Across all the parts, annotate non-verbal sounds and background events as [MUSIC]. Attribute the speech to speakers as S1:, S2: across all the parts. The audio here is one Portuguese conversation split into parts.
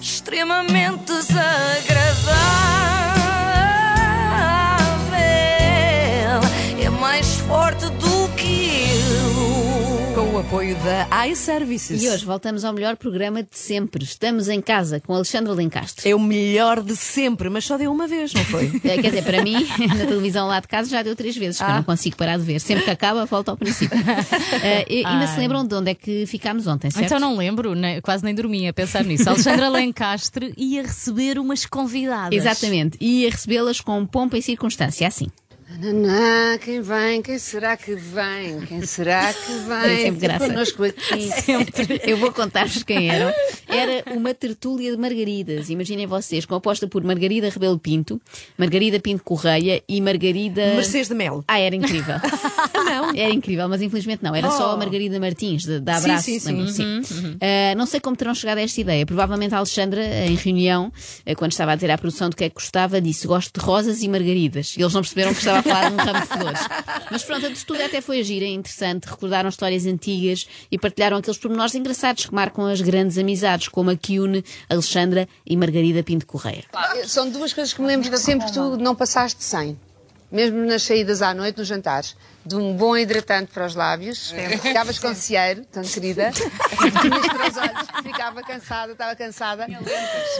S1: extremamente desagradável. É mais forte do que eu. Com o apoio da iServices.
S2: E hoje voltamos ao melhor programa de sempre. Estamos em casa com Alexandre Lencastre.
S1: É o melhor de sempre, mas só deu uma vez, não
S2: [LAUGHS]
S1: foi?
S2: Eh, Quer dizer, para mim, na televisão lá de casa já deu três vezes, que
S3: Ah.
S2: eu não consigo parar de ver. Sempre que acaba, volto ao princípio. Eh, e ainda se lembram de onde é que ficámos ontem, certo?
S3: Então não lembro, nem- quase nem dormia a pensar nisso. Alexandra Lencastre ia receber umas convidadas.
S2: Exatamente. E a recebê-las com pompa e circunstância, assim.
S4: Naná, quem vem? Quem será que vem? Quem será
S5: [LAUGHS]
S4: que
S2: Tem
S4: vem?
S2: sempre
S4: Fica
S2: graça.
S4: Connosco aqui.
S2: Eu vou contar-vos quem eram. Era uma tertúlia de margaridas. Imaginem vocês, composta por Margarida Rebelo Pinto, Margarida Pinto Correia e Margarida.
S1: Mercedes de Mel.
S2: Ah,
S1: [LAUGHS]
S2: era incrível. não. Era incrível, mas infelizmente não. Era só a Margarida Martins, de- da
S1: Oh. Sim,
S2: Abraço.
S1: sim, Uhum, sim.
S2: lembram-se? Ah, não sei como terão chegado a esta ideia. Provavelmente a Alexandra, em reunião, eh, quando estava a dizer à produção do que é que gostava, disse gosto de rosas e margaridas. E eles não perceberam que estava a falar de um ramo de
S1: [LAUGHS]
S2: flores. Mas pronto, a estudo até foi gira, é interessante. Recordaram histórias antigas e partilharam aqueles pormenores engraçados que marcam as grandes amizades, como a Kiune, Alexandra e Margarida Pinto Correia.
S4: São duas coisas que me lembro que sempre tu não passaste sem. Mesmo nas saídas à noite, nos jantares. De um bom hidratante para os lábios. Ficavas com cieiro, tão querida. Tinhas para os olhos. Ficava cansada, estava cansada.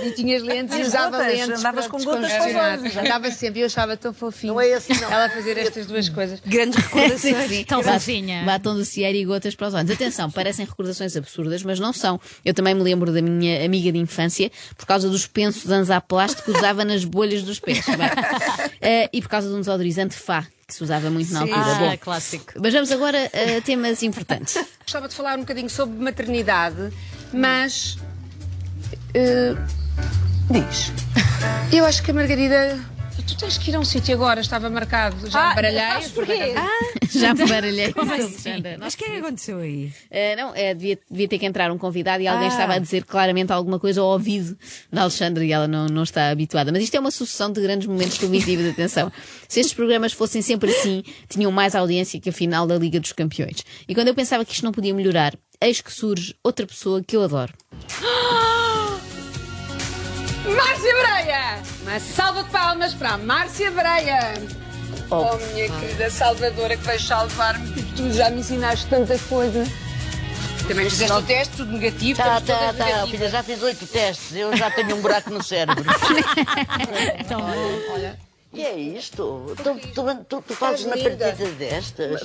S4: E tinhas lentes e usava
S5: gotas,
S4: lentes.
S5: andavas
S4: para
S5: com gotas para os
S4: descongestionar. Andava sempre. Eu achava tão fofinho.
S5: Não é esse, não.
S4: Ela fazer estas duas coisas.
S1: Grandes
S2: [LAUGHS]
S1: recordações.
S3: Tão
S2: Bat-
S3: fofinha.
S2: Batom do Cier e gotas para os olhos. Atenção, parecem recordações absurdas, mas não são. Eu também me lembro da minha amiga de infância por causa dos pensos de anzaplast que usava nas bolhas dos pés. Bem, eh, e por causa de um desodorizante Fá, que se usava muito na altura.
S3: Ah,
S2: é Bom,
S3: clássico.
S2: mas vamos agora a temas
S3: [LAUGHS]
S2: importantes.
S4: Gostava de falar um bocadinho sobre maternidade, mas. eh, diz. Eu acho que a Margarida. Tu tens que ir a um sítio agora, estava marcado. Já ah, baralhei. Porquê?
S2: Já me baralhei.
S3: Como assim?
S2: Alexandra. Nós
S1: Mas o que é que aconteceu aí?
S2: Uh, não, uh, devia, devia ter que entrar um convidado e alguém
S1: Ah.
S2: estava a dizer claramente alguma coisa ao ouvido da Alexandra e ela não, não está habituada. Mas isto é uma sucessão de grandes momentos televisivos, atenção. Se estes programas fossem sempre assim, tinham mais audiência que a final da Liga dos Campeões. E quando eu pensava que isto não podia melhorar, eis que surge outra pessoa que eu adoro.
S4: Márcia Breia! Uma salva de palmas para a Márcia Breia! Oh, minha querida salvadora que vais salvar-me, porque tu já me ensinaste tanta coisa. Também fizeste o teste, tudo negativo,
S5: Tá,
S4: estamos
S5: tá,
S4: todas
S5: tá,
S4: negativas.
S5: filha, já fiz oito testes, eu já tenho um buraco
S4: [LAUGHS]
S5: no cérebro. E é isto? Tu, tu, tu, tu fazes uma
S4: linda.
S5: partida destas?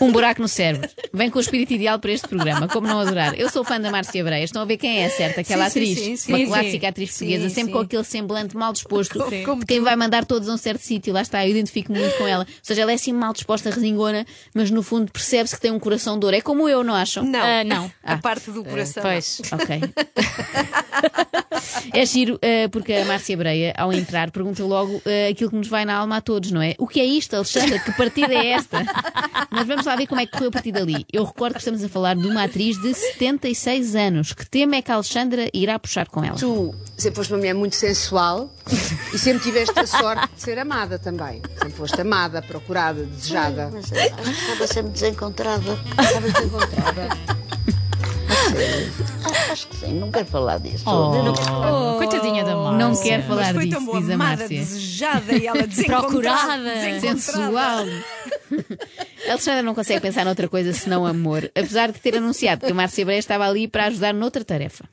S2: Um buraco no cérebro. Vem com o espírito ideal para este programa, como não adorar. Eu sou fã da Márcia Breia, estão a ver quem é certa, aquela
S1: Sim, sim,
S2: atriz,
S1: sim, sim.
S2: uma
S1: Sim,
S2: clássica
S1: sim.
S2: atriz
S1: Sim,
S2: portuguesa, sempre
S1: sim.
S2: com aquele semblante mal disposto,
S1: Como- como
S2: de quem vai mandar todos a um certo sítio, lá está, eu identifico-me muito com ela. Ou seja, ela é assim mal disposta, resingona, mas no fundo percebe-se que tem um coração de ouro. É como eu, não acham?
S1: Não.
S3: Ah, não.
S1: A parte do coração.
S3: Pois.
S2: Ok. é giro, eh, porque a Márcia Breia, ao entrar, pergunta logo eh, aquilo que nos vai na alma a todos, não é? O que é isto, Alexandra? Que partida é esta? Mas vamos lá ver como é que correu a partir dali. Eu recordo que estamos a falar de uma atriz de 76 anos. Que tema é que a Alexandra irá puxar com ela?
S4: tu sempre foste uma mulher muito sensual e sempre tiveste a sorte de ser amada também. Sempre foste amada, procurada, desejada.
S5: Mas é, acho que estava sempre desencontrada.
S4: Estavas desencontrada.
S5: Ah, Acho que sim, não quero falar disso.
S2: Oh.
S5: Eu não
S6: Ah.
S5: quero falar.
S3: Coitadinha da Márcia.
S2: Não quero falar
S1: Mas foi
S2: disso,
S1: tão boa,
S2: diz a
S1: amada,
S2: Márcia.
S1: desejada e
S2: [LAUGHS]
S1: ela desencontrada.
S3: Procurada.
S1: desencontrada.
S2: Sensual. [LAUGHS] Alexandra não consegue pensar noutra coisa senão amor, apesar de ter anunciado que a Márcia Breia estava ali para ajudar noutra tarefa.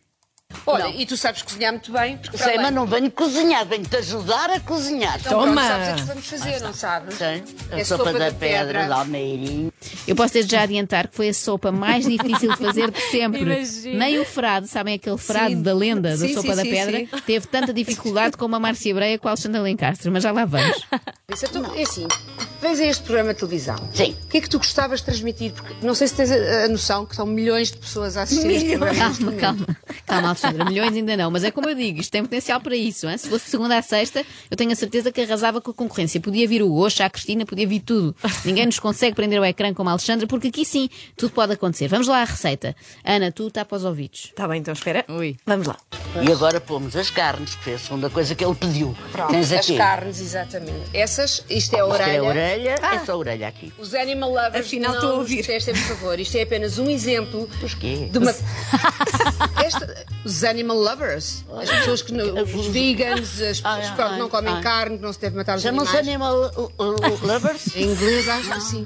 S4: Olha, e tu sabes cozinhar muito bem, porque para
S5: Sei,
S4: além-
S5: mas não venho cozinhar, venho te ajudar a cozinhar.
S4: Então, pronto,
S1: Toma.
S4: sabes o que vamos fazer, não sabes?
S5: Sei, a
S4: É
S5: sopa,
S4: sopa
S5: da
S4: de
S5: pedra,
S4: pedra.
S5: da Almeirinho.
S2: Eu posso desde já adiantar que foi a sopa mais difícil de fazer de sempre.
S3: Imagino.
S2: Nem o frade, sabem aquele frade da lenda da
S4: Sim,
S2: sopa
S4: sim,
S2: da
S4: sim,
S2: pedra,
S4: sim.
S2: teve tanta dificuldade como a Márcia Breia com a Alexandra Lencastre, mas já lá vamos.
S4: Isso é, tu, é assim, vens a este programa de televisão.
S5: Sim.
S4: O que é que tu gostavas de transmitir? Porque não sei se tens a, a noção que são milhões de pessoas a assistir este programa.
S2: Calma, calma, calma, Alexandra, milhões ainda não, mas é como eu digo, isto tem potencial para isso. Hein? Se fosse de segunda à sexta, eu tenho a certeza que arrasava com a concorrência. Podia vir o Goxa, a Cristina, podia vir tudo. Ninguém nos consegue prender o ecrã como a Alexandra, porque aqui sim, tudo pode acontecer. Vamos lá à receita. Ana, tu tapa os ouvidos.
S1: Tá bem, então espera.
S3: Ui.
S1: Vamos lá.
S5: E agora pomos as carnes, que foi a segunda coisa que ele pediu.
S4: Pronto,
S5: Tens
S4: as
S5: aqui.
S4: carnes, exatamente. Essas, isto é a
S5: Isto
S4: orelha. Ah.
S5: é a orelha, é só a orelha aqui.
S4: Os animal lovers
S1: Afinal,
S4: não
S1: estou a
S4: nos
S1: ouvir.
S5: [LAUGHS]
S4: testem, por favor. Isto é apenas um exemplo
S5: Os quê?
S4: de uma. é resto, os animal lovers, as pessoas que não, os vegans, as pessoas que pronto, não comem carne, que não se deve matar os
S5: Chamam-se
S4: animais.
S5: Animal uh, [LAUGHS] uh, Lovers?
S4: Em inglês acho
S5: Ah,
S4: que sim.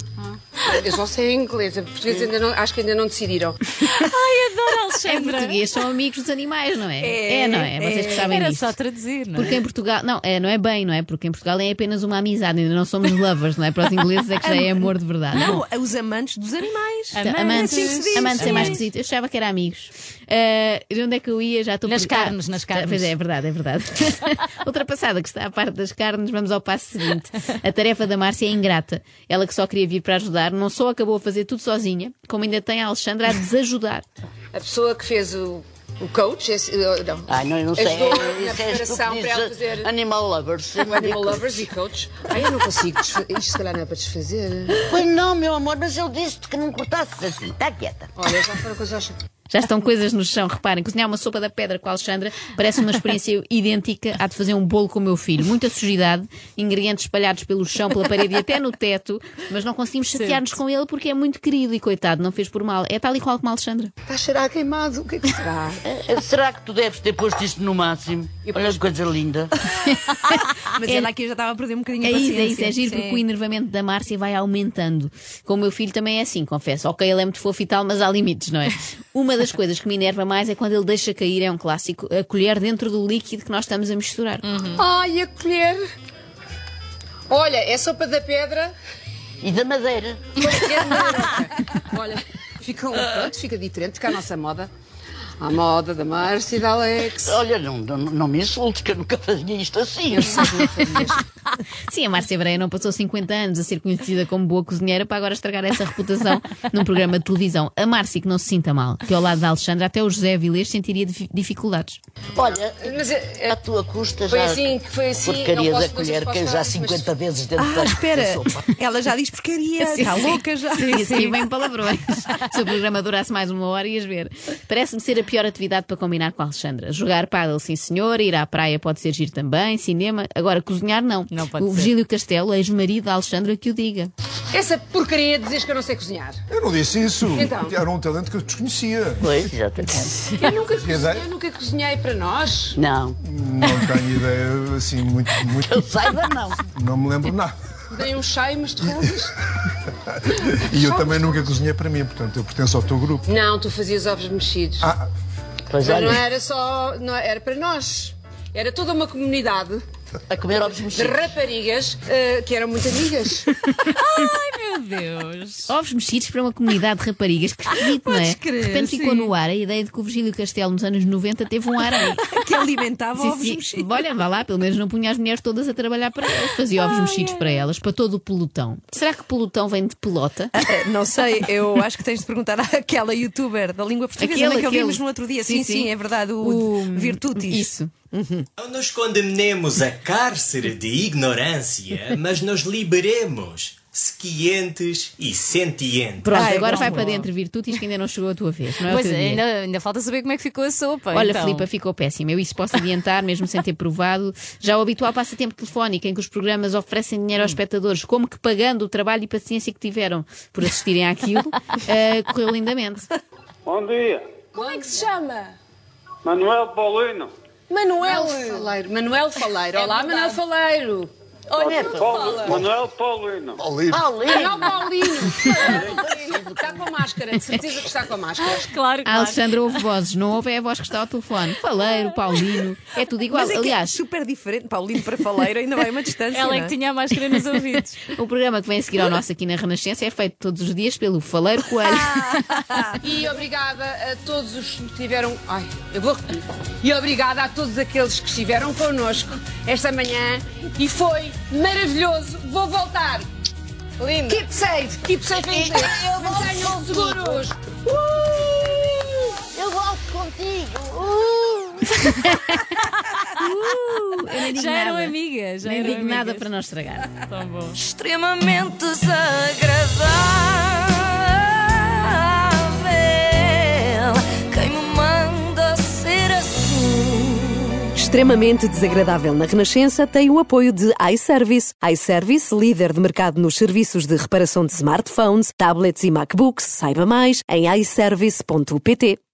S4: Eu só sei em inglês, em português ainda não, acho que ainda não decidiram.
S3: Ai, adoro
S2: Em É
S3: Alexandra.
S2: português são amigos dos animais, não é? É, não é? Vocês que sabem
S3: Era
S2: disso.
S3: só traduzir, não é?
S2: Porque em Portugal, não, é, não é bem, não é? Porque em Portugal é apenas uma amizade, ainda não somos lovers, não é? Para os ingleses é que já é amor de verdade. Bom,
S6: Não, os amantes dos animais.
S2: então,
S3: amantes.
S2: amantes,
S6: assim que se diz.
S2: amantes é mais esquisito. Eu achava que era amigos. Ah, de onde é que eu ia? Já estou
S3: Nas
S2: por-
S3: carnes,
S2: Ah,
S3: nas
S2: já-
S3: carnes.
S2: Pois é, é verdade, é verdade. [LAUGHS] Ultrapassada que está a parte das carnes, vamos ao passo seguinte. A tarefa da Márcia é ingrata. Ela que só queria vir para ajudar, não só acabou a fazer tudo sozinha, como ainda tem a Alexandra a desajudar.
S4: A pessoa que fez o, o coach, esse, eh, oh, não,
S5: Ai, não, eu não sei.
S4: ajudou
S5: Isso é
S4: na
S5: és tu que
S4: preparação para ela
S5: dizes,
S4: fazer
S5: [LAUGHS] Animal Lovers.
S4: o Animal Lovers e Coach. Ai, eu não consigo, desfa- isto se calhar não é para desfazer.
S5: Pois não, meu amor, mas eu disse-te que não cortasses assim. Está quieta.
S4: Olha, já foram coisas.
S2: Já estão coisas no chão, reparem. Cozinhar uma sopa da pedra com a Alexandra parece uma experiência idêntica à de fazer um bolo com o meu filho. Muita sujidade, ingredientes espalhados pelo chão, pela parede e até no teto, mas não conseguimos chatear-nos com ele porque é muito querido e coitado, não fez por mal. É tal e qual como a Alexandra.
S4: Está a cheirar a queimado, o que é que será?
S5: Eh, Será que tu deves ter posto isto no máximo? Olha que coisa linda.
S6: Mas ela aqui já estava a perder um bocadinho
S2: É
S6: a
S2: isso,
S6: paciência.
S2: é isso, é giro
S6: Sim.
S2: porque o enervamento da Márcia vai aumentando. Com o meu filho também é assim, confesso. Ok, ele é muito fofo e tal, mas há limites, não é? Uma das coisas que me enerva mais é quando ele deixa cair, é um clássico, a colher dentro do líquido que nós estamos a misturar.
S4: Ai, a colher. Olha, é sopa da pedra.
S5: E da madeira.
S4: Olha, fica um pronto, fica diferente, fica a nossa moda. A moda da Márcia e da Alex.
S5: Olha, não, não, não me insultes, que eu nunca fazia isto assim.
S2: Sim, a Márcia Breia não passou 50 anos a ser conhecida como boa cozinheira para agora estragar essa reputação num programa de televisão. A Márcia que não se sinta mal, que é ao lado da Alexandra até o José Avilés sentiria dif- dificuldades.
S5: [LAUGHS] Olha,
S4: Mas é,
S5: à tua custa
S4: Foi
S5: já.
S4: assim, foi assim,
S5: Porcaria
S4: não posso-
S5: da
S4: não sei se
S5: colher,
S4: posso
S5: que
S4: falar
S5: já
S4: disso, mas-
S5: 50 vezes dentro da
S6: Ah, espera,
S5: sopa.
S6: ela já diz porcaria, está louca já.
S2: E assim bem palavrões. Se o programa durasse mais uma hora, ias ver. Parece-me ser a pior atividade para combinar com a Alexandra. Jogar pádel, sim senhor, ir à praia pode ser giro também, cinema. Agora, cozinhar, não.
S3: Não pode
S2: o
S3: ser.
S2: Virgílio Castelo, ex-marido da Alexandra, que o diga.
S4: Essa porcaria de dizer que eu não sei cozinhar.
S7: Eu não disse isso.
S4: Então?
S7: Era um talento que eu desconhecia.
S5: Pois, exatamente.
S4: Eu nunca
S7: dizer-
S4: cozinhei, eu nunca cozinhei para nós.
S5: Não,
S7: Não tenho ideia, assim, muito,
S5: eu
S7: muito.
S5: saiba não.
S7: Não me lembro nada.
S4: Dei um chá mas tu fazes.
S7: E eu também nunca cozinhei para mim, portanto, eu pertenço ao teu grupo.
S4: Não, tu fazias ovos mexidos.
S7: Ah,
S5: Pois
S4: Mas não
S5: olha,
S4: era só. Não, era para nós. Era toda uma comunidade
S5: a comer ovos
S4: de
S5: mexidos.
S4: raparigas eh, que eram muito amigas.
S3: Meu Deus.
S2: Ovos mexidos para uma comunidade de raparigas. Que esquisito, não
S6: [LAUGHS]
S2: é?
S6: Podes crer,
S2: de repente
S6: sim.
S2: ficou no ar a ideia de que o Virgílio Castelo, nos anos 90, teve um ar
S6: [LAUGHS]
S2: aí.
S6: Que alimentava
S2: Sim,
S6: ovos
S2: sim.
S6: mexidos.
S2: Olha, vá lá, pelo menos não punha as mulheres todas a trabalhar para elas. Fazia ovos mexidos para elas, para todo o pelotão. Será que pelotão vem de pelota?
S6: Ah, Não sei, eu acho que tens de perguntar àquela youtuber da língua portuguesa
S2: Aquele,
S6: né, que
S2: aquele.
S6: ouvimos no outro dia. Sim,
S2: Sim,
S6: sim,
S2: sim.
S6: é verdade, o, Virtutis.
S2: Isso.
S8: Não nos condenemos a cárcere de ignorância, mas nos liberemos, sequientes e sentientes.
S2: Pronto,
S6: Ai,
S2: agora
S6: não.
S2: vai para dentro virtudes que ainda não chegou a tua vez. Não é o
S3: Pois
S2: teu dia.
S3: ainda, ainda falta saber como é que ficou a sopa.
S2: Olha,
S3: então.
S2: Filipa, ficou péssima. Eu isso posso adiantar, mesmo sem ter provado. Já o habitual passatempo telefónico, em que os programas oferecem dinheiro aos espectadores, como que pagando o trabalho e paciência que tiveram por assistirem [LAUGHS] àquilo, eh, correu lindamente.
S9: Bom dia,
S10: Como é que se chama?
S9: Manuel Paulino.
S10: Manuel. É
S4: Faleiro, Manuel Faleiro. Olá, Manuel Faleiro.
S10: Olha,
S9: Paulo, Manuel Paulino.
S7: ao livro.
S4: Manuel Paulino. Está com a máscara, de certeza que está com a máscara.
S3: Claro,
S2: A
S3: claro.
S2: Alexandra ouve vozes, não ouve é a voz que está ao telefone. Faleiro, Paulino, é tudo igual.
S6: Mas é que é
S2: Aliás,
S6: super diferente. Paulino para Faleiro ainda vai uma distância.
S3: Ela é
S6: não
S3: que tinha a máscara nos ouvidos.
S2: o programa que vem a seguir ao nosso aqui na Renascença é feito todos os dias pelo Faleiro Coelho.
S4: E obrigada a todos os que tiveram. Ai, eu vou repetir. E obrigada a todos aqueles que estiveram connosco esta manhã. E foi maravilhoso. Vou voltar. Lindo. Keep safe, keep safe em inglês.
S5: Eu volto
S4: Mantenham
S5: contigo.
S4: seguros.
S5: Eu gosto contigo. Uh!
S2: Ah, Eu nem digo
S3: Já eram
S2: nada.
S3: amigas. Já
S2: Nem
S3: eram
S2: digo nada
S3: amigas.
S2: para não estragar.
S3: Tão bom.
S1: extremamente desagradável. Quem me manda ser assim?
S11: [LAUGHS] Extremamente desagradável na Renascença tem o apoio de iService. iService, líder de mercado nos serviços de reparação de smartphones, tablets e MacBooks. Saiba mais em iService.pt.